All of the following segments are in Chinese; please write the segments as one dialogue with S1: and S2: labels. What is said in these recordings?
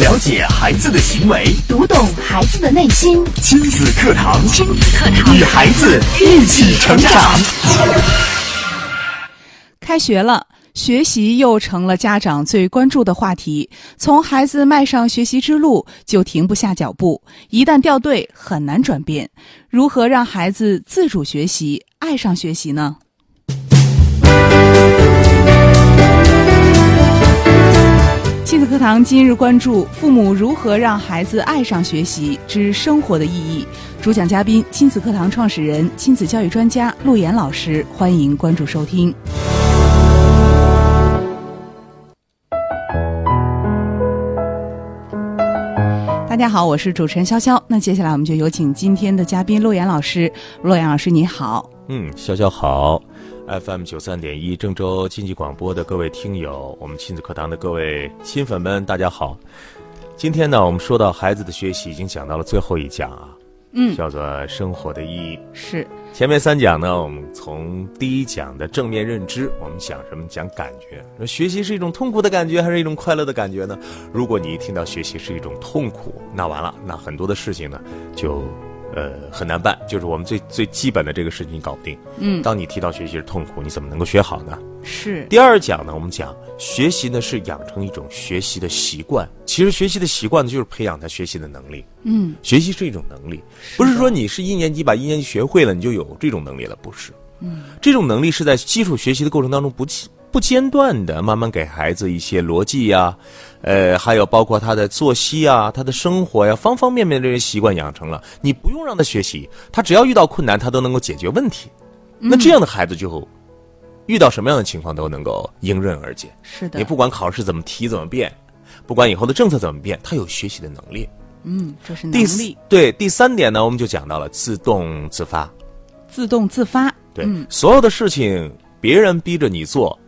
S1: 了解孩子的行为，
S2: 读懂孩子的内心。
S1: 亲子课堂，
S2: 亲子课堂，
S1: 与孩子一起成长。
S3: 开学了。学习又成了家长最关注的话题。从孩子迈上学习之路，就停不下脚步，一旦掉队，很难转变。如何让孩子自主学习，爱上学习呢？亲子课堂今日关注：父母如何让孩子爱上学习之生活的意义。主讲嘉宾：亲子课堂创始人、亲子教育专家陆岩老师。欢迎关注收听。大家好，我是主持人潇潇。那接下来我们就有请今天的嘉宾陆岩老师。陆岩老师，你好。
S4: 嗯，潇潇好，FM 九三点一郑州经济广播的各位听友，我们亲子课堂的各位新粉们，大家好。今天呢，我们说到孩子的学习，已经讲到了最后一讲啊，
S3: 嗯，
S4: 叫做生活的意义。
S3: 是，
S4: 前面三讲呢，我们从第一讲的正面认知，我们讲什么？讲感觉。说学习是一种痛苦的感觉，还是一种快乐的感觉呢？如果你一听到学习是一种痛苦，那完了，那很多的事情呢，就呃很难办。就是我们最最基本的这个事情你搞不定。
S3: 嗯，
S4: 当你提到学习是痛苦，你怎么能够学好呢？
S3: 是，
S4: 第二讲呢，我们讲学习呢是养成一种学习的习惯。其实学习的习惯呢，就是培养他学习的能力。
S3: 嗯，
S4: 学习是一种能力，不是说你是一年级把一年级学会了，你就有这种能力了，不是。嗯，这种能力是在基础学习的过程当中不间不间断的，慢慢给孩子一些逻辑呀、呃，还有包括他的作息啊、他的生活呀、方方面面这些习惯养成了。你不用让他学习，他只要遇到困难，他都能够解决问题。那这样的孩子就遇到什么样的情况都能够迎刃而解。
S3: 是的，
S4: 你不管考试怎么题怎么变，不管以后的政策怎么变，他有学习的能力。
S3: 嗯，这是能
S4: 第四
S3: 力，
S4: 对第三点呢，我们就讲到了自动自发。
S3: 自动自发。
S4: 对，所有的事情别人逼着你做，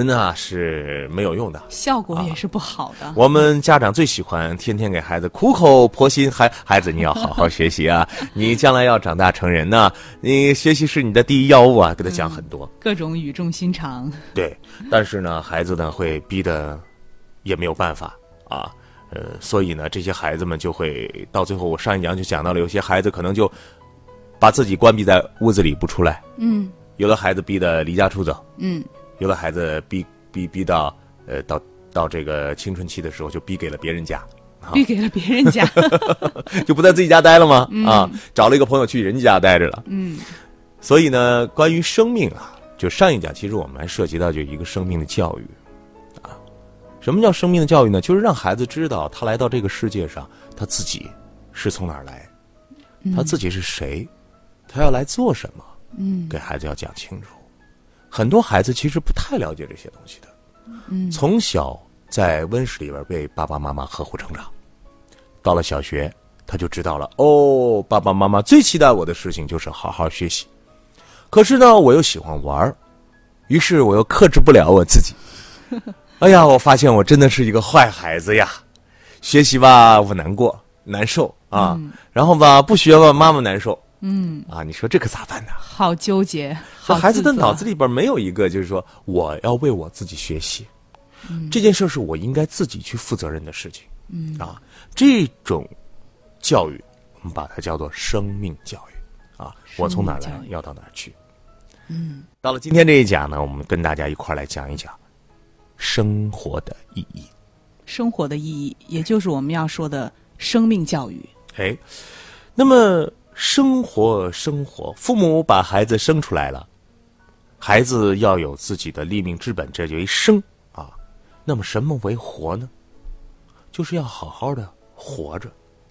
S4: 那是没有用的。
S3: 效果也是不好的。
S4: 啊我们家长最喜欢天天给孩子苦口婆心，孩孩子你要好好学习啊，你将来要长大成人呐、你学习是你的第一要务啊，给他
S3: 嗯
S4: 讲很多。
S3: 各种语重心长，
S4: 对，但是呢，孩子呢会逼的也没有办法啊。呃，所以呢，这些孩子们就会到最后，我上一讲就讲到了，有些孩子可能就把自己关闭在屋子里不出来，
S3: 嗯
S4: 有的孩子逼得离家出走，
S3: 嗯，
S4: 有的孩子逼逼逼到呃到到这个青春期的时候就逼给了别人家，
S3: 逼嗯给了别人 家，
S4: 就不在自己家待了吗？啊，找了一个朋友去人家家待着了。
S3: 嗯，
S4: 所以呢，关于生命啊，就上一讲其实我们还涉及到就一个生命的教育啊。什么叫生命的教育呢？就是让孩子知道他来到这个世界上，他自己是从哪儿来，他自己是谁，他要来做什么。嗯，给孩子要讲清楚。很多孩子其实不太了解这些东西的，嗯，从小在温室里边被爸爸妈妈呵护成长，到了小学他就知道了哦，爸爸妈妈最期待我的事情就是好好学习。可是呢，我又喜欢玩儿，于是我又克制不了我自己。 哎呀，我发现我真的是一个坏孩子呀！学习吧，我难过、难受啊；然后吧，不学吧，妈妈难受。嗯，啊，你说这可咋办呢？
S3: 好纠结，
S4: 这
S3: 好
S4: 孩子的
S3: 自责啊
S4: 脑子里边没有一个，就是说我要为我自己学习，
S3: 嗯
S4: 这件事是我应该自己去负责任的事情。嗯啊，这种教育，我们把它叫做生命教育啊，
S3: 生
S4: 我从哪儿
S3: 命
S4: 来
S3: 教，育
S4: 要到哪儿去。嗯，到了今天这一讲呢，我们跟大家一块儿来讲一讲生活的意义。
S3: 生活的意义，也就是我们要说的生命教育。
S4: 哎，那么生活生活，父母把孩子生出来了，孩子要有自己的立命之本，这就一生啊。那么什么为活呢？就是要好好的活着。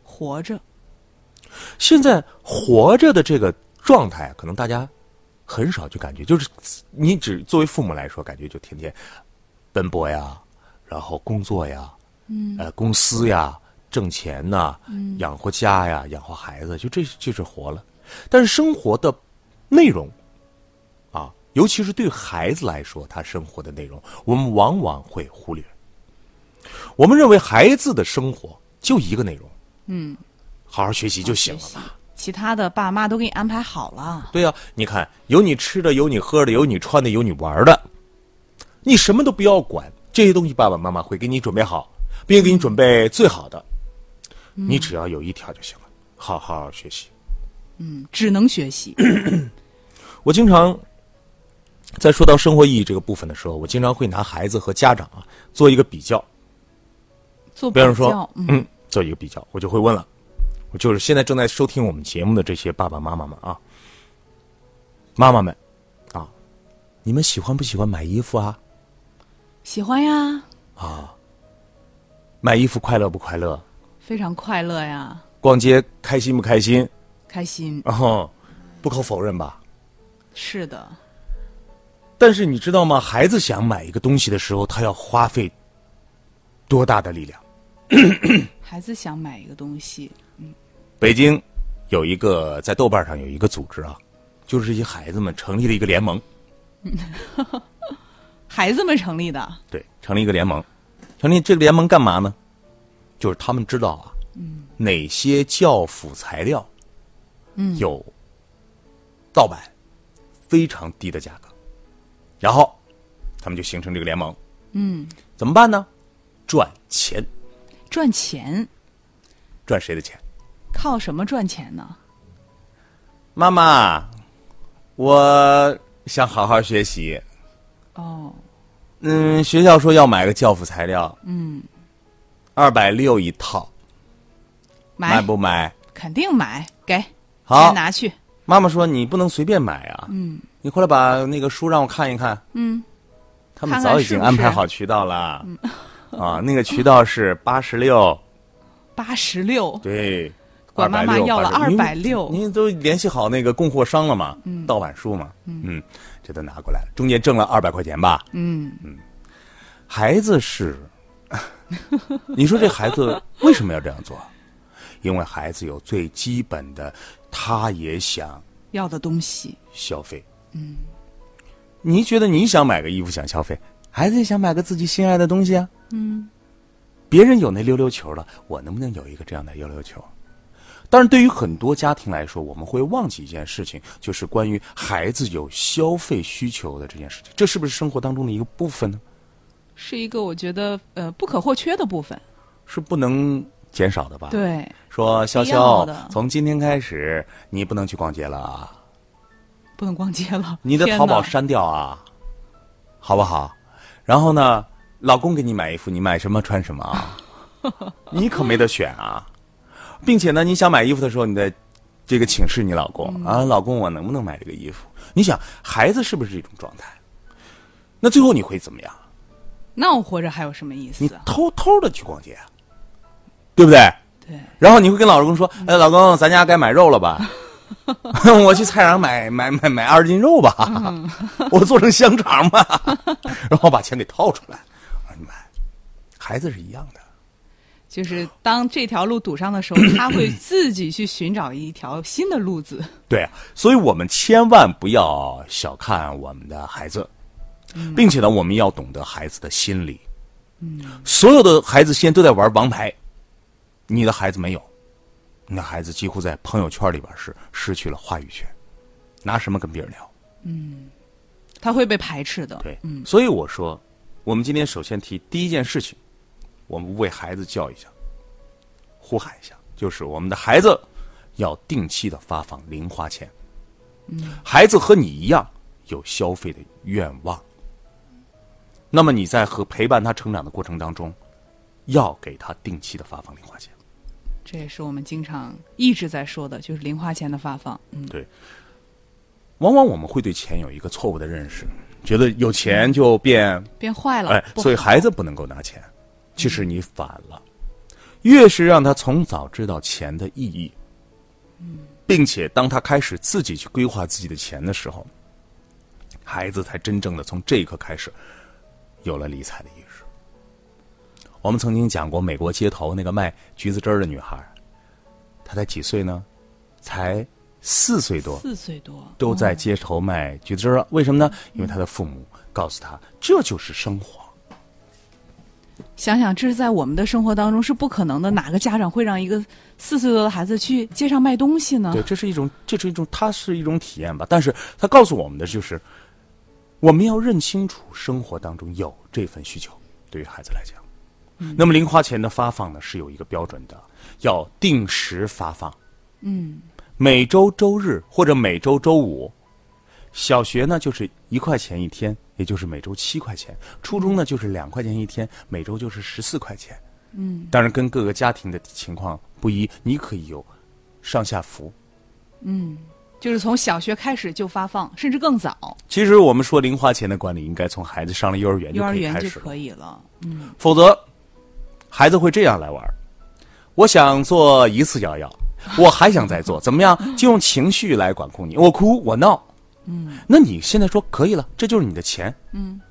S3: 活着，
S4: 现在活着的这个状态，可能大家很少去感觉，就是你只作为父母来说，感觉就天天奔波呀，然后工作呀，嗯，呃，公司呀，挣钱呐、养活家呀，养活孩子，就这就是活了。但是生活的内容啊，尤其是对孩子来说，他生活的内容，我们往往会忽略。我们认为孩子的生活就一个内容，嗯，好好学习就行了吧。
S3: 其他的爸妈都给你安排好了。
S4: 对呀、你看，有你吃的，有你喝的，有你穿的，有你玩的，你什么都不要管，这些东西爸爸妈妈会给你准备好，并给你准备最好的，你只要有一条就行了，好好学习。
S3: 只能学习。
S4: 我经常在说到生活意义这个部分的时候，我经常会拿孩子和家长啊做一个比较，
S3: 做
S4: 比
S3: 比
S4: 方说
S3: 较，，嗯，
S4: 嗯，做一个比较，我就会问了，我就是现在正在收听我们节目的这些爸爸妈妈们啊，妈妈们啊，你们喜欢不喜欢买衣服啊？
S3: 喜欢呀，
S4: 买衣服快乐不快乐？
S3: 非常快乐呀，
S4: 逛街开心不开心？
S3: 开心。
S4: 然后不可否认吧。
S3: 是的，
S4: 但是你知道吗？孩子想买一个东西的时候，他要花费多大的力量？
S3: 孩子想买一个东西，
S4: 北京有一个在豆瓣上有一个组织啊，就是这些孩子们成立了一个联盟，
S3: 孩子们成立的，
S4: 对，成立一个联盟，成立这个联盟干嘛呢？就是他们知道啊，哪些教辅材料，嗯，有盗版非常低的价格，然后他们就形成这个联盟，嗯，怎么办呢？赚钱，
S3: 赚钱
S4: 赚谁的钱？
S3: 靠什么赚钱呢？
S4: 妈妈，我想好好学习。
S3: 哦，
S4: 嗯，学校说要买个教辅材料，嗯，二百六一套，买
S3: 买
S4: 不买？
S3: 肯定买，给
S4: 好
S3: 钱拿去，
S4: 妈妈说你不能随便买啊，嗯，你过来把那个书让我看一看，嗯，他们
S3: 看看
S4: 早已
S3: 是
S4: 经
S3: 不
S4: 安排
S3: 是嗯
S4: 好渠道了， 啊，那个渠道是八十六，
S3: 八十六，
S4: 对，
S3: 管妈妈
S4: 260
S3: 要了260
S4: 您您都联系好那个供货商了嘛，盗版书嘛，嗯，这都拿过来了，中间挣了二百块钱吧，
S3: 嗯，
S4: 孩子是， 你说这孩子为什么要这样做？因为孩子有最基本的，他也想
S3: 要的东西，
S4: 消费。嗯，你觉得你想买个衣服想消费，孩子也想买个自己心爱的东西啊。嗯，别人有那溜溜球了，我能不能有一个这样的溜溜球？但是对于很多家庭来说，我们会忘记一件事情，就是关于孩子有消费需求的这件事情，这是不是生活当中的一个部分呢？
S3: 是一个我觉得呃不可或缺的部分。
S4: 是不能减少的吧？，
S3: 对，
S4: 说潇
S3: 必要
S4: 潇
S3: 的，
S4: 从今天开始你不能去逛街了啊，
S3: 不能逛街了。
S4: 你的
S3: 天
S4: 淘宝
S3: 哪
S4: 删掉啊，好不好？然后呢，老公给你买衣服，你买什么穿什么 啊，你可没得选啊。并且呢，你想买衣服的时候，你得这个请示你老公、啊，
S3: 嗯
S4: 老公，我能不能买这个衣服？你想，孩子是不是这种状态？那最后你会怎么样？
S3: 那我活着还有什么意思
S4: 你
S3: 啊？
S4: 偷偷的去逛街啊，对不对？
S3: 对，嗯
S4: 然后你会跟老公说：“哎，老公，咱家该买肉了 吧？我去菜市场买买买买二斤肉吧，
S3: 嗯
S4: 我做成香肠吧。”然后把钱给掏出来，我说你买。孩子是一样的，
S3: 就是当这条路堵上的时候，他会自己去寻找一条新的路子。
S4: 对啊，所以我们千万不要小看我们的孩子，并且呢，我们要懂得孩子的心理。所有的孩子现在都在玩王牌，你的孩子没有，你的孩子几乎在朋友圈里边是失去了话语权，拿什么跟别人聊？
S3: 他会被排斥的。
S4: 对，所以我说，我们今天首先提第一件事情，我们为孩子叫一下，呼喊一下，就是我们的孩子要定期的发放零花钱。孩子和你一样有消费的愿望，那么你在和陪伴他成长的过程当中，要给他定期的发放零花钱。
S3: 这也是我们经常一直在说的，就是零花钱的发放。嗯，
S4: 对，往往我们会对钱有一个错误的认识，觉得有钱就变
S3: 变坏了。
S4: 哎，
S3: 不好
S4: 所以孩子不能够拿钱，其实你反了，越是让他从早知道钱的意义，并且当他开始自己去规划自己的钱的时候，孩子才真正的从这一刻开始有了理财的意识。我们曾经讲过，美国街头那个卖橘子汁儿的女孩儿，她才几岁呢？才四岁多，
S3: 四岁多
S4: 都在街头卖橘子汁儿，为什么呢？因为他的父母告诉他，这就是生活。
S3: 想想这是在我们的生活当中是不可能的，哪个家长会让一个四岁多的孩子去街上卖东西呢
S4: 对，？这是一种，这是一种，它是一种体验吧。但是它告诉我们的就是，我们要认清楚生活当中有这份需求，对于孩子来讲，那么零花钱的发放呢是有一个标准的，要定时发放。嗯，每周周日或者每周周五，小学呢就是一块钱一天，也就是每周七块钱；初中呢就是两块钱一天，每周就是十四块钱。嗯，当然跟各个家庭的情况不一，你可以有上下浮。
S3: 就是从小学开始就发放，甚至更早，
S4: 其实我们说零花钱的管理，应该从孩子上了幼儿园就
S3: 幼儿
S4: 可以
S3: 园
S4: 开
S3: 就
S4: 始了。
S3: 可以了。
S4: 否则孩子会这样来玩儿。我想做一次 瑶瑶，我还想再做，怎么样？就用情绪来管控你，我哭，我闹。嗯，那你现在说可以了，这就是你的钱，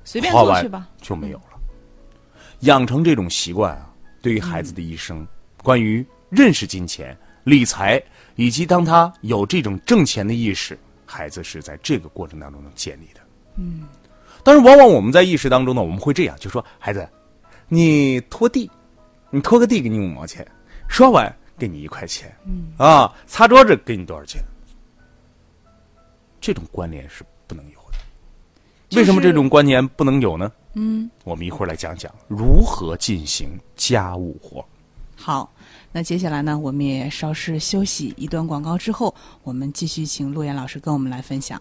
S3: 随便
S4: 花
S3: 做
S4: 完
S3: 去吧。
S4: 就没有了。养成这种习惯啊，对于孩子的一生，关于认识金钱、理财，以及当他有这种挣钱的意识，孩子是在这个过程当中能建立的。嗯，但是往往我们在意识当中呢，我们会这样，就说孩子，你拖地，你拖个地给你五毛钱，刷碗给你一块钱，嗯啊，擦桌子给你多少钱？这种关联是不能有的。
S3: 就是
S4: 为什么这种关联不能有呢？嗯，我们一会儿来讲讲如何进行家务活。
S3: 好，那接下来呢，我们也稍事休息一段广告之后，我们继续请陆岩老师跟我们来分享。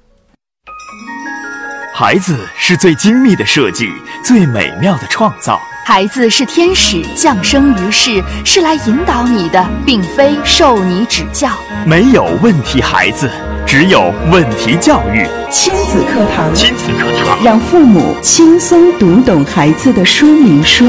S5: 孩子是最精密的设计，最美妙的创造。
S2: 孩子是天使降生于世，是来引导你的，并非受你指教。
S5: 没有问题孩子，只有问题教育。
S6: 亲子课堂，
S5: 亲子课堂，
S6: 让父母轻松读懂孩子的说明书。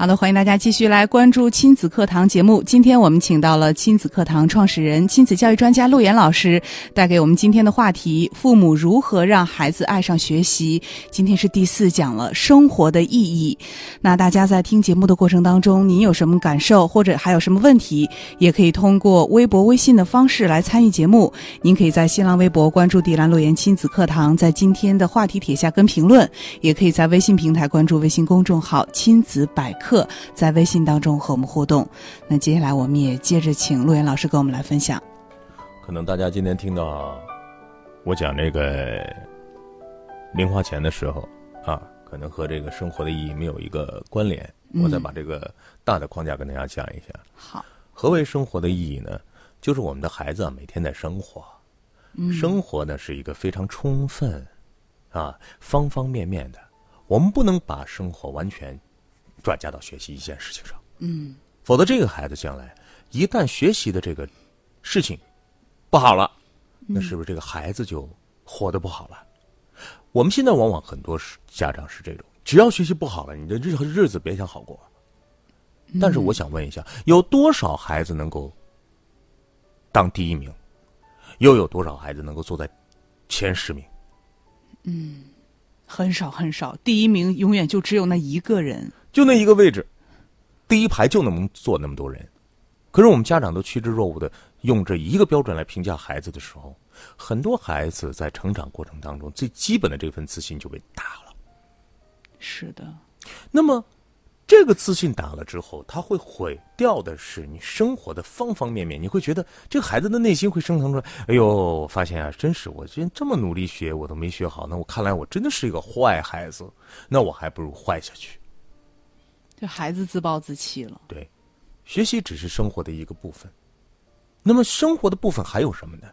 S3: 好的，欢迎大家继续来关注亲子课堂节目。今天我们请到了亲子课堂创始人、亲子教育专家陆岩老师，带给我们今天的话题：父母如何让孩子爱上学习。今天是第四讲了，生活的意义。那大家在听节目的过程当中，您有什么感受，或者还有什么问题，也可以通过微博、微信的方式来参与节目。您可以在新浪微博关注“迪兰路言亲子课堂”，在今天的话题帖下跟评论，也可以在微信平台关注微信公众号“亲子百科”，在微信当中和我们互动。那接下来我们也接着请陆岩老师跟我们来分享。
S7: 可能大家今天听到我讲这个零花钱的时候啊，可能和这个生活的意义没有一个关联。我
S5: 嗯
S7: 再把这个大的框架跟大家讲一下。
S3: 好，
S7: 何为生活的意义呢？就是我们的孩子啊，每天在生活，生活呢是一个非常充分啊，方方面面的。我们不能把生活完全转嫁到学习一件事情上，嗯，否则这个孩子将来一旦学习的这个事情不好了，那是不是这个孩子就活得不好了？我们现在往往很多是家长是这种，只要学习不好了，你的日日子别想好过。但是我想问一下，有多少孩子能够当第一名？又有多少孩子能够坐在前十名？
S3: 很少很少，第一名永远就只有那一个人。
S7: 就那一个位置，第一排就能坐那么多人。可是我们家长都趋之若鹜的用这一个标准来评价孩子的时候，很多孩子在成长过程当中最基本的这份自信就被打了。
S3: 是的，
S7: 那么，这个自信打了之后，它会毁掉的是你生活的方方面面。你会觉得这个孩子的内心会生成出来，哎呦，我发现啊，真是我今天这么努力学，我都没学好，那我看来我真的是一个坏孩子，那我还不如坏下去。
S3: 这孩子自暴自弃了。
S7: 对，学习只是生活的一个部分。那么生活的部分还有什么呢？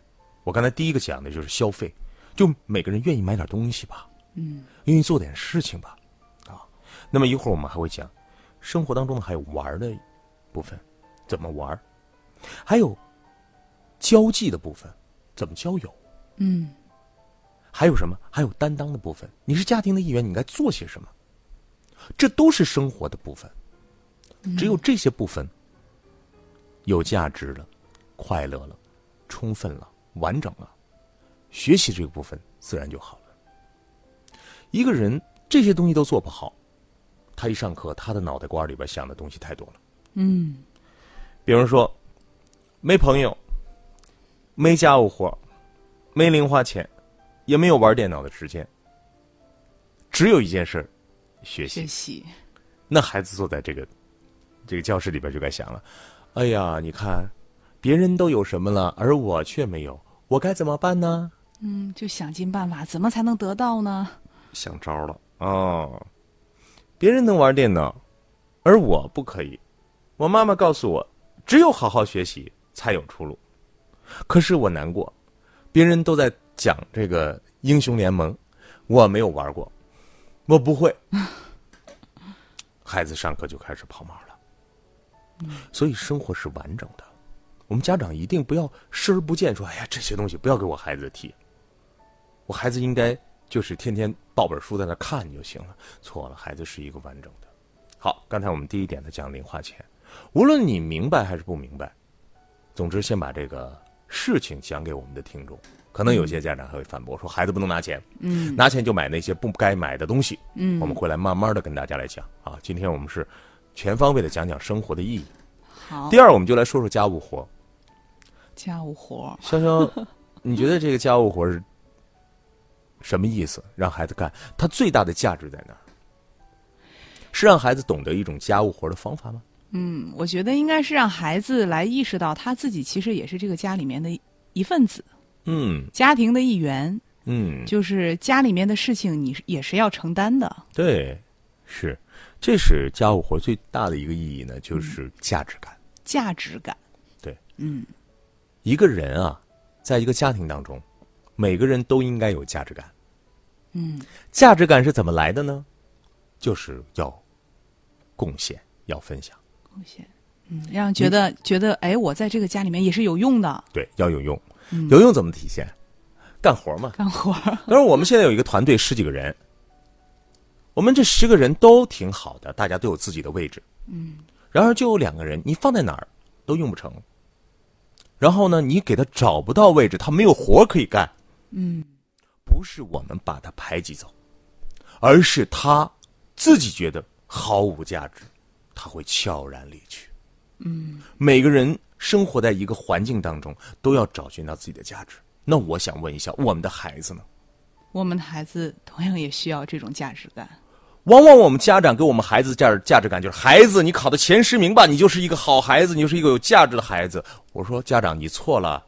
S7: 我刚才第一个讲的就是消费，就每个人愿意买点东西吧，嗯，愿意做点事情吧，啊。那么一会儿我们还会讲，生活当中呢还有玩儿的部分，怎么玩儿，还有交际的部分，怎么交友，
S3: 嗯，
S7: 还有什么？还有担当的部分，你是家庭的一员，你应该做些什么？这都是生活的部分。只有这些部分有价值了、快乐了、充分了、完整了，学习这个部分自然就好了。一个人这些东西都做不好，他一上课，他的脑袋瓜里边想的东西太多了。嗯，比如说，没朋友，没家务活，没零花钱，也没有玩电脑的时间，只有一件事儿，学习
S3: 学。习。
S7: 那孩子坐在这个这个教室里边就该想了，哎呀，你看别人都有什么了，而我却没有，我该怎么办呢？
S3: 嗯，就想尽办法，怎么才能得到呢？
S7: 想招了哦。别人能玩电脑，而我不可以。我妈妈告诉我，只有好好学习才有出路。可是我难过，别人都在讲这个英雄联盟，我没有玩过，我不会。孩子上课就开始跑马了，所以生活是完整的。我们家长一定不要视而不见，说：“哎呀，这些东西不要给我孩子提。”我孩子应该就是天天抱本书在那看就行了。错了，孩子是一个完整的。好，刚才我们第一点呢讲零花钱，无论你明白还是不明白，总之先把这个事情讲给我们的听众。可能有些家长还会反驳说，孩子不能拿钱，嗯，拿钱就买那些不该买的东西，嗯，我们会来慢慢的跟大家来讲啊。今天我们是全方位的讲讲生活的意义。
S3: 好，
S7: 第二，我们就来说说家务活。
S3: 家务活儿，
S7: 潇 潇，你觉得这个家务活是什么意思？让孩子干，它最大的价值在哪儿？是让孩子懂得一种家务活的方法吗？
S3: 嗯，我觉得应该是让孩子来意识到他自己其实也是这个家里面的一份子，
S7: 嗯
S3: 家庭的一员，
S7: 嗯，
S3: 就是家里面的事情你是也是要承担的。
S7: 对，是，这是家务活最大的一个意义呢，就是价值感。
S3: 价值感。
S7: 一个人啊，在一个家庭当中，每个人都应该有价值感。
S3: 嗯，
S7: 价值感是怎么来的呢？就是要贡献，要分享。
S3: 嗯让觉得、觉得，哎，我在这个家里面也是有用的，
S7: 对，要有用。有用怎么体现？干活嘛。
S3: 干活儿。
S7: 当然，我们现在有一个团队，十几个人，我们这十个人都挺好的，大家都有自己的位置。嗯。然而，就有两个人，你放在哪儿都用不成。然后呢，你给他找不到位置，他没有活儿可以干。嗯。不是我们把他排挤走，而是他自己觉得毫无价值，他会悄然离去。每个人生活在一个环境当中，都要找寻到自己的价值。那我想问一下，我们的孩子呢？
S3: 我们的孩子同样也需要这种价值感。
S7: 往往我们家长给我们孩子价值价值感就是：孩子，你考到前十名吧，你就是一个好孩子，你就是一个有价值的孩子。我说家长，你错了。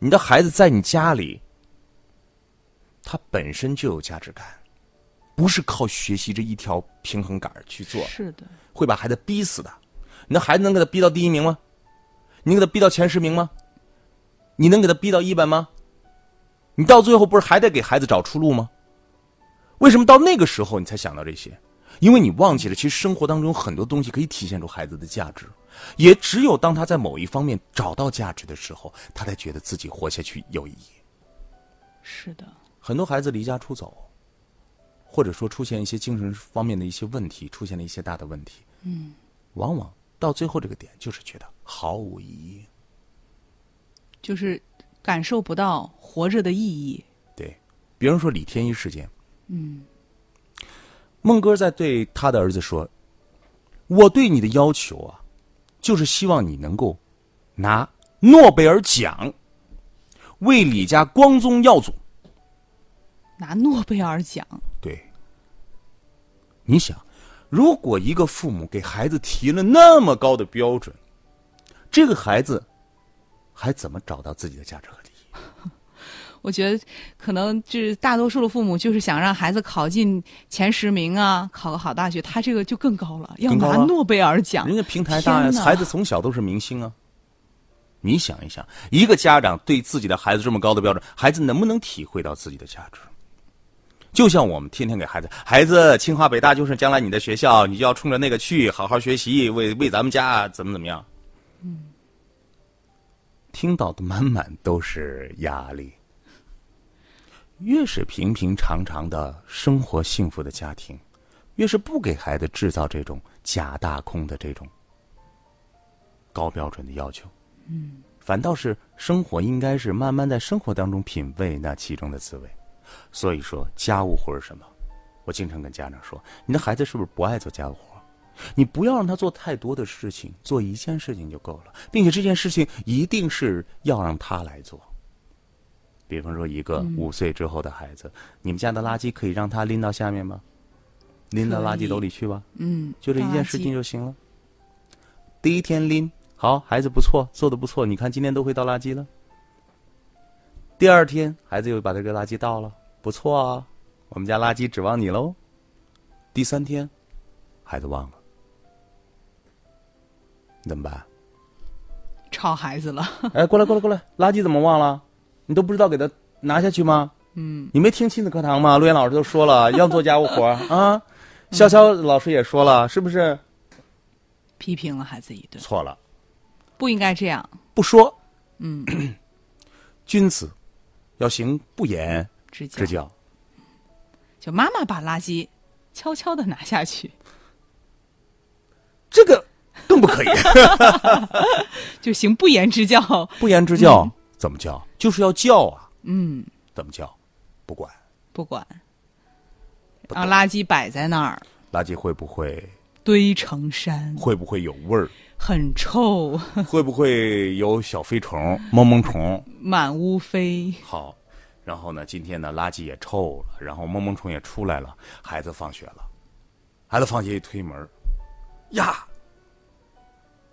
S7: 你的孩子在你家里，他本身就有价值感，不是靠学习这一条平衡杆儿去做。
S3: 是的，
S7: 会把孩子逼死的。你的孩子能给他逼到第一名吗？你能给他逼到前十名吗？你能给他逼到一本吗？你到最后不是还得给孩子找出路吗？为什么到那个时候你才想到这些？因为你忘记了，其实生活当中有很多东西可以体现出孩子的价值，也只有当他在某一方面找到价值的时候，他才觉得自己活下去有意义。
S3: 是的，
S7: 很多孩子离家出走，或者说出现一些精神方面的一些问题，出现了一些大的问题。嗯，往往到最后这个点，就是觉得毫无意义。
S3: 就是感受不到活着的意义。
S7: 对，比如说李天一事件，嗯，孟哥在对他的儿子说：“我对你的要求啊，就是希望你能够拿诺贝尔奖，为李家光宗耀祖。”
S3: 拿诺贝尔奖，
S7: 对，你想，如果一个父母给孩子提了那么高的标准，这个孩子还怎么找到自己的价值和利益？
S3: 我觉得可能就是大多数的父母就是想让孩子考进前十名啊，考个好大学。他这个就更高了，要
S7: 更高
S3: 拿
S7: 了嗯
S3: 诺贝尔奖。
S7: 人家平台大呀
S3: 天，哪
S7: 孩子从小都是明星啊。你想一想，一个家长对自己的孩子这么高的标准，孩子能不能体会到自己的价值？就像我们天天给孩子，孩子，清华北大就是将来你的学校，你就要冲着那个去，好好学习，为为咱们家怎么怎么样。嗯，听到的满满都是压力。越是平平常常的生活幸福的家庭，越是不给孩子制造这种假大空的这种高标准的要求。嗯，反倒是生活应该是慢慢在生活当中品味那其中的滋味。所以说，家务活是什么？我经常跟家长说，你的孩子是不是不爱做家务活？你不要让他做太多的事情，做一件事情就够了，并且这件事情一定是要让他来做。比方说，一个五岁之后的孩子，你们家的垃圾可以让他拎到下面吗？拎到垃圾斗里去吧。
S3: 嗯，
S7: 就这一
S3: 垃圾
S7: 件事情就行了。第一天拎好，孩子不错，做的不错，你看今天都会倒垃圾了。第二天，孩子又把这个垃圾倒了，不错啊，我们家垃圾指望你喽。第三天，孩子忘了，你怎么 办？
S3: 吵孩子了，
S7: 哎，过来，过来，过来，垃圾怎么忘了？你都不知道给他拿下去吗？嗯，你没听亲子课堂吗？陆岩老师都说了，要做家务活儿 啊，潇潇老师也说了，是不是？
S3: 批评了孩子一顿，
S7: 错了，
S3: 不应该这样。
S7: 不说。嗯， 君子要行不言
S3: 指教
S7: 之教。
S3: 就妈妈把垃圾悄悄的拿下去，
S7: 这个更不可以。
S3: 就行不言之教，
S7: 不言之教、怎么教？就是要教啊，
S3: 嗯，
S7: 怎么教？不管
S3: 不管，让垃圾摆在那儿
S7: 垃圾会不会
S3: 堆成山，
S7: 会不会有味儿，
S3: 很臭，
S7: 会不会有小飞虫、萌萌虫？
S3: 满屋飞，
S7: 好，然后呢，今天呢，垃圾也臭了，然后萌萌虫也出来了，孩子放学了，孩子放学一推门儿，呀，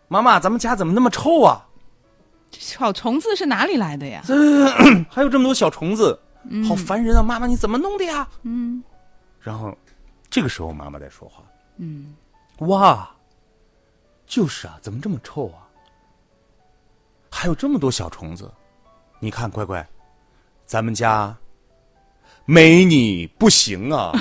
S7: 妈妈，咱们家怎么那么臭啊？
S3: 小虫子是哪里来的呀？
S7: 还有这么多小虫子，好烦人啊！妈妈，你怎么弄的呀？嗯。然后，这个时候妈妈在说话。嗯。哇，就是啊，怎么这么臭啊？还有这么多小虫子，你看，乖乖，咱们家没你不行啊！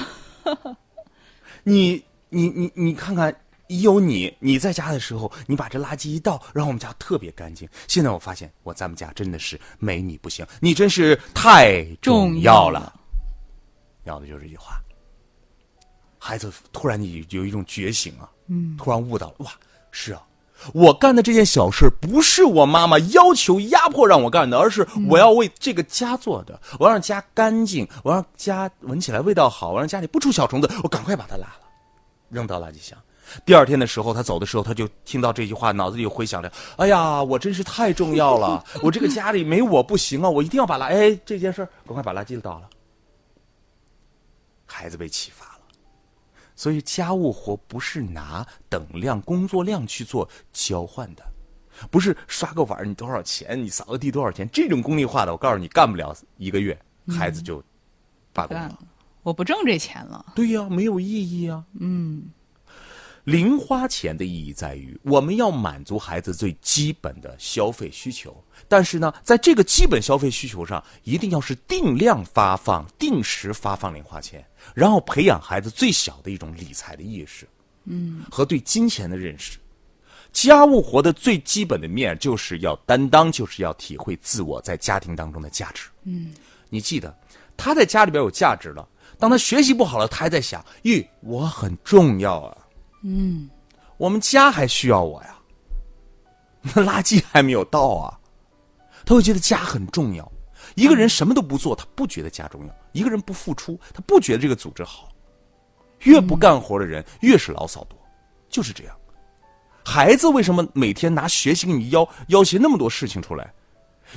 S7: 你你你你看看，一有你，你在家的时候，你把这垃圾一倒，让我们家特别干净。现在我发现，我咱们家真的是没你不行，你真是太重要了。要的就是这句话。孩子突然有有一种觉醒啊，嗯，突然悟到了，哇，是啊，我干的这件小事不是我妈妈要求压迫让我干的，而是我要为这个家做的，我要让家干净，我要让家闻起来味道好，我让家里不出小虫子，我赶快把它拉了，扔到垃圾箱。第二天的时候，他走的时候，他就听到这句话，脑子里回想着：“哎呀，我真是太重要了，我这个家里没我不行啊，我一定要把垃……哎，这件事儿赶快把垃圾倒了。”孩子被启发了。所以家务活不是拿等量、工作量去做交换的，不是刷个碗儿你多少钱，你扫个地多少钱，这种功利化的，我告诉你，干不了一个月，孩子就罢工
S3: 干了
S7: 了。，
S3: 我不挣这钱了，
S7: 对呀、没有意义啊。嗯，零花钱的意义在于我们要满足孩子最基本的消费需求，但是呢，在这个基本消费需求上，一定要是定量发放、定时发放零花钱，然后培养孩子最小的一种理财的意识，嗯，和对金钱的认识。家务活的最基本的面就是要担当，就是要体会自我在家庭当中的价值。你记得，他在家里边有价值了。当他学习不好了，他还在想：咦，我很重要啊。嗯，我们家还需要我呀。那 垃圾还没有倒啊，他会觉得家很重要。一个人什么都不做，他不觉得家重要；一个人不付出，他不觉得这个组织好。越不干活的人，越是牢骚多，就是这样。孩子为什么每天拿学习给你要要挟那么多事情出来？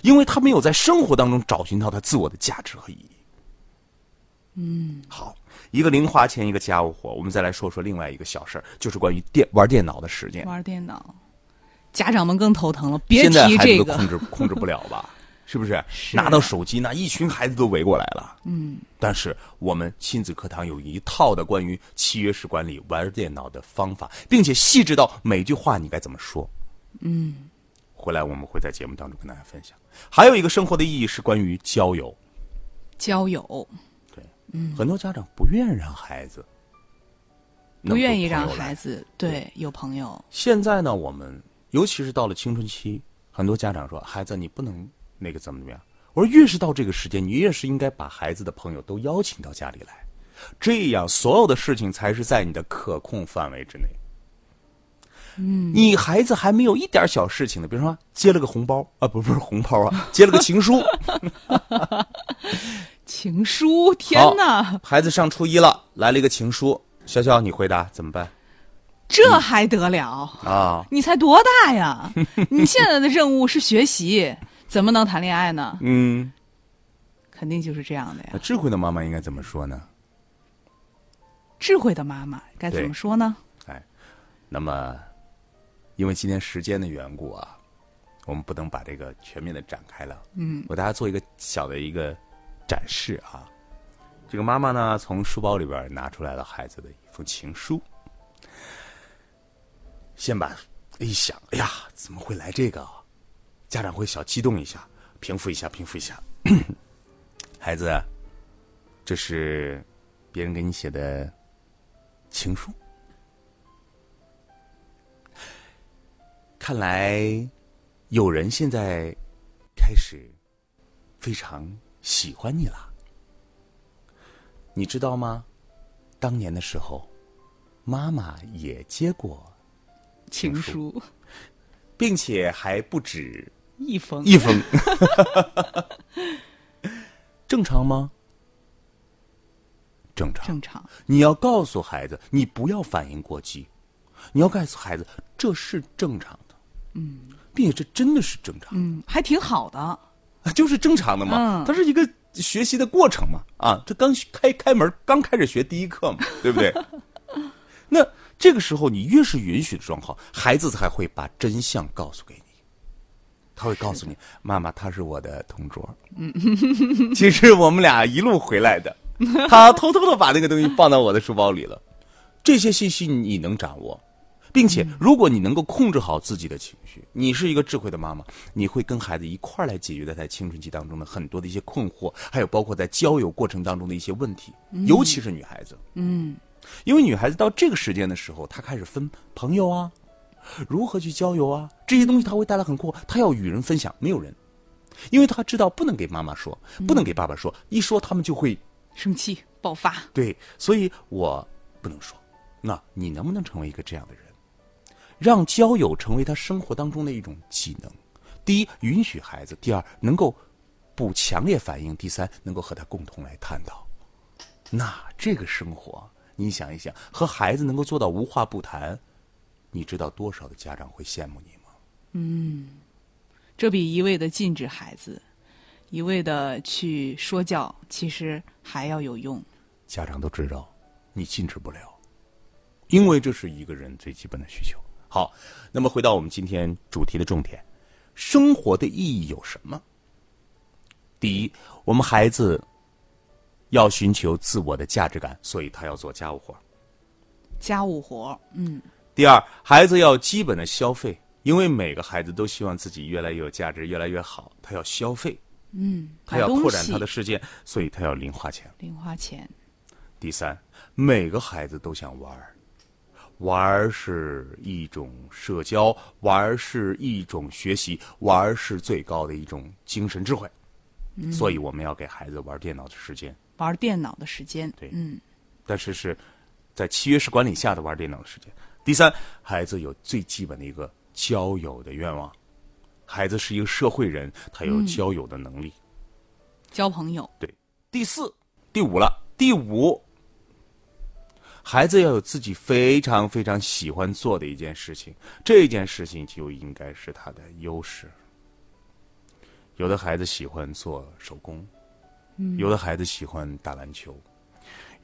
S7: 因为他没有在生活当中找寻到他自我的价值和意义。嗯，好，一个零花钱，一个家务活，我们再来说说另外一个小事儿，就是关于电玩电脑的时间。
S3: 玩电脑，家长们更头疼了，别
S7: 现在
S3: 提
S7: 孩子
S3: 这
S7: 都
S3: 个
S7: 控，制控制不了 吧？是不是？
S3: 是
S7: 拿到手机那一群孩子都围过来了。嗯，但是我们亲子课堂有一套的关于契约式管理玩电脑的方法，并且细致到每句话你该怎么说。嗯，回来我们会在节目当中跟大家分享。还有一个生活的意义是关于交友。
S3: 交友
S7: 对，
S3: 嗯
S7: 很多家长不愿让孩子，
S3: 不愿意让孩
S7: 子。
S3: 子对有朋友，
S7: 现在呢，我们尤其是到了青春期，很多家长说：“孩子，你不能那个怎么怎么样。”我说：“越是到这个时间，你越是应该把孩子的朋友都邀请到家里来，这样所有的事情才是在你的可控范围之内。”嗯，你孩子还没有一点小事情呢，比如说接了个红包啊，不不是红包啊，接了个情书，
S3: 情书，天
S7: 好
S3: 哪，
S7: 孩子上初一了，来了一个情书，潇潇，你回答怎么办嗯
S3: 这还得了？
S7: 啊？
S3: 你才多大 呀？你现在的任务是学习，怎么能谈恋爱呢？
S7: 嗯，
S3: 肯定就是这样的呀
S7: 那。智慧的妈妈应该怎么说呢？
S3: 智慧的妈妈该怎么
S7: 对
S3: 说呢？
S7: 那么，因为今天时间的缘故啊，我们不能把这个全面的展开了。嗯，我给大家做一个小的一个展示啊。这个妈妈呢，从书包里边拿出来了孩子的一封情书。先把一想，哎呀，怎么会来这个啊？家长会小激动一下，平复一下，平复一下。 孩子，啊这是别人给你写的情书。看来，有人现在开始非常喜欢你了。你知道吗？当年的时候，妈妈也接过，
S3: 情书
S7: 并且还不止
S3: 一封，
S7: 一封， 正常吗？正常。
S3: 正常。
S7: 你要告诉孩子，你不要反应过激，你要告诉孩子这是正常的，嗯，并且这真的是正常的，
S3: 嗯，还挺好的。
S7: 啊就是正常的嘛，
S3: 嗯
S7: 它是一个学习的过程嘛，啊，这刚学开开门，刚开始学第一课嘛，对不对？ 那这个时候你越是允许的状况，孩子才会把真相告诉给你，他会告诉你，妈妈，他是我的同桌，嗯， 其实我们俩一路回来的，他偷偷的把那个东西放到我的书包里了，这些信息你能掌握。并且，如果你能够控制好自己的情绪，你是一个智慧的妈妈，你会跟孩子一块儿来解决他在青春期当中的很多的一些困惑，还有包括在交友过程当中的一些问题，尤其是女孩子。嗯，因为女孩子到这个时间的时候，她开始分朋友啊，如何去交友啊，这些东西她会带来很困惑，她要与人分享，没有人，因为她知道不能给妈妈说，不能给爸爸说，一说他们就会
S3: 生气爆发，
S7: 对，所以我不能说。那你能不能成为一个这样的人，让交友成为他生活当中的一种技能？第一，允许孩子；第二，能够不强烈反应；第三，能够和他共同来探讨。那这个生活，你想一想，和孩子能够做到无话不谈，你知道多少的家长会羡慕你吗？
S3: 这比一味的禁止孩子，一味的去说教，其实还要有用。
S7: 家长都知道你禁止不了，因为这是一个人最基本的需求。好，那么回到我们今天主题的重点，生活的意义有什么？第一，我们孩子要寻求自我的价值感，所以他要做家务活儿。
S3: 家务活儿，嗯，
S7: 第二，孩子要基本的消费，因为每个孩子都希望自己越来越有价值，越来越好，他要消费，嗯，他
S3: 买
S7: 要
S3: 东
S7: 拓展
S3: 西
S7: 他的世界，所以他要零花钱。
S3: 零花钱，
S7: 第三，每个孩子都想玩儿，玩儿是一种社交，玩儿是一种学习，玩儿是最高的一种精神智慧。所以我们要给孩子玩电脑的时间，
S3: 玩电脑的时间，
S7: 对
S3: 嗯，
S7: 但是是在契约式管理下的玩电脑的时间。第三，孩子有最基本的一个交友的愿望，孩子是一个社会人，他有交友的能力。
S3: 交朋友，
S7: 对，第四、第五了。第五，孩子要有自己非常非常喜欢做的一件事情，这件事情就应该是他的优势。有的孩子喜欢做手工，
S3: 嗯
S7: 有的孩子喜欢打篮球，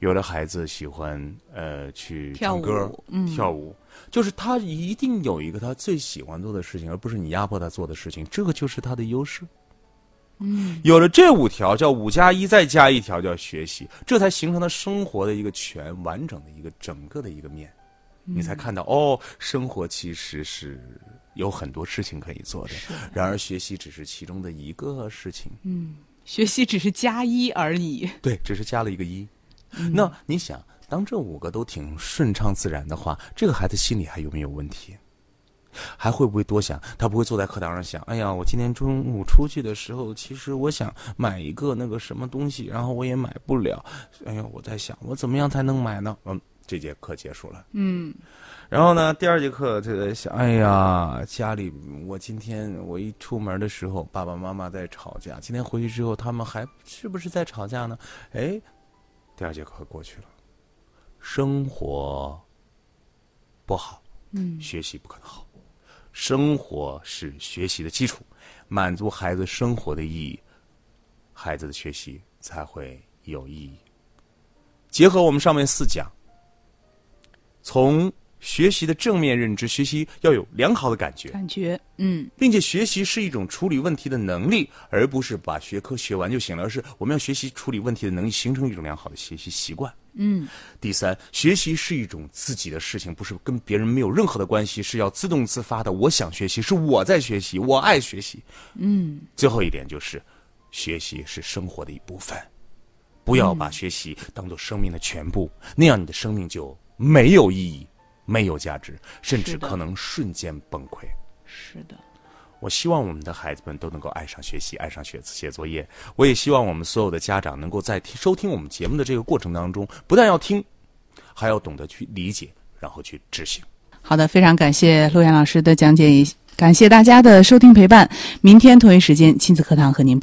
S7: 有的孩子喜欢呃去
S3: 跳
S7: 唱歌
S3: 舞、嗯
S7: 跳舞，就是他一定有一个他最喜欢做的事情，而不是你压迫他做的事情，这个就是他的优势。
S3: 嗯
S7: 有了这五条，叫五加一，再加一条叫学习，这才形成了生活的一个全完整的一个整个的一个面，你才看到哦，生活其实是有很多事情可以做的，然而学习只是其中的一个事情，
S3: 学习只是加一而已，
S7: 对，只是加了一个一。那你想，当这五个都挺顺畅自然的话，这个孩子心里还有没有问题？还会不会多想？他不会坐在课堂上想：“哎呀，我今天中午出去的时候，其实我想买一个那个什么东西，然后我也买不了。哎呀，我在想我怎么样才能买呢？”嗯，这节课结束了。然后呢，第二节课就在想，哎呀，家里我今天我一出门的时候，爸爸妈妈在吵架，今天回去之后，他们还是不是在吵架呢？哎，第二节课过去了，生活不好，嗯，学习不可能好，生活是学习的基础，满足孩子生活的意义，孩子的学习才会有意义。结合我们上面四讲，从学习的正面认知，学习要有良好的感觉，
S3: 感觉嗯
S7: 并且学习是一种处理问题的能力，而不是把学科学完就行了，而是我们要学习处理问题的能力，形成一种良好的学习习惯。
S3: 嗯，
S7: 第三，学习是一种自己的事情，不是跟别人没有任何的关系，是要自动自发的。我想学习，是我在学习，我爱学习。嗯，最后一点就是，学习是生活的一部分，不要
S3: 嗯
S7: 把学习当做生命的全部，那样你的生命就没有意义、没有价值，甚至
S3: 是的
S7: 可能瞬间崩溃。
S3: 是的，
S7: 我希望我们的孩子们都能够爱上学习，爱上写写作业。我也希望我们所有的家长能够在听收听我们节目的这个过程当中，不但要听，还要懂得去理解，然后去执行。
S3: 好的，非常感谢陆岩老师的讲解，也感谢大家的收听陪伴。明天同一时间亲子课堂和您不。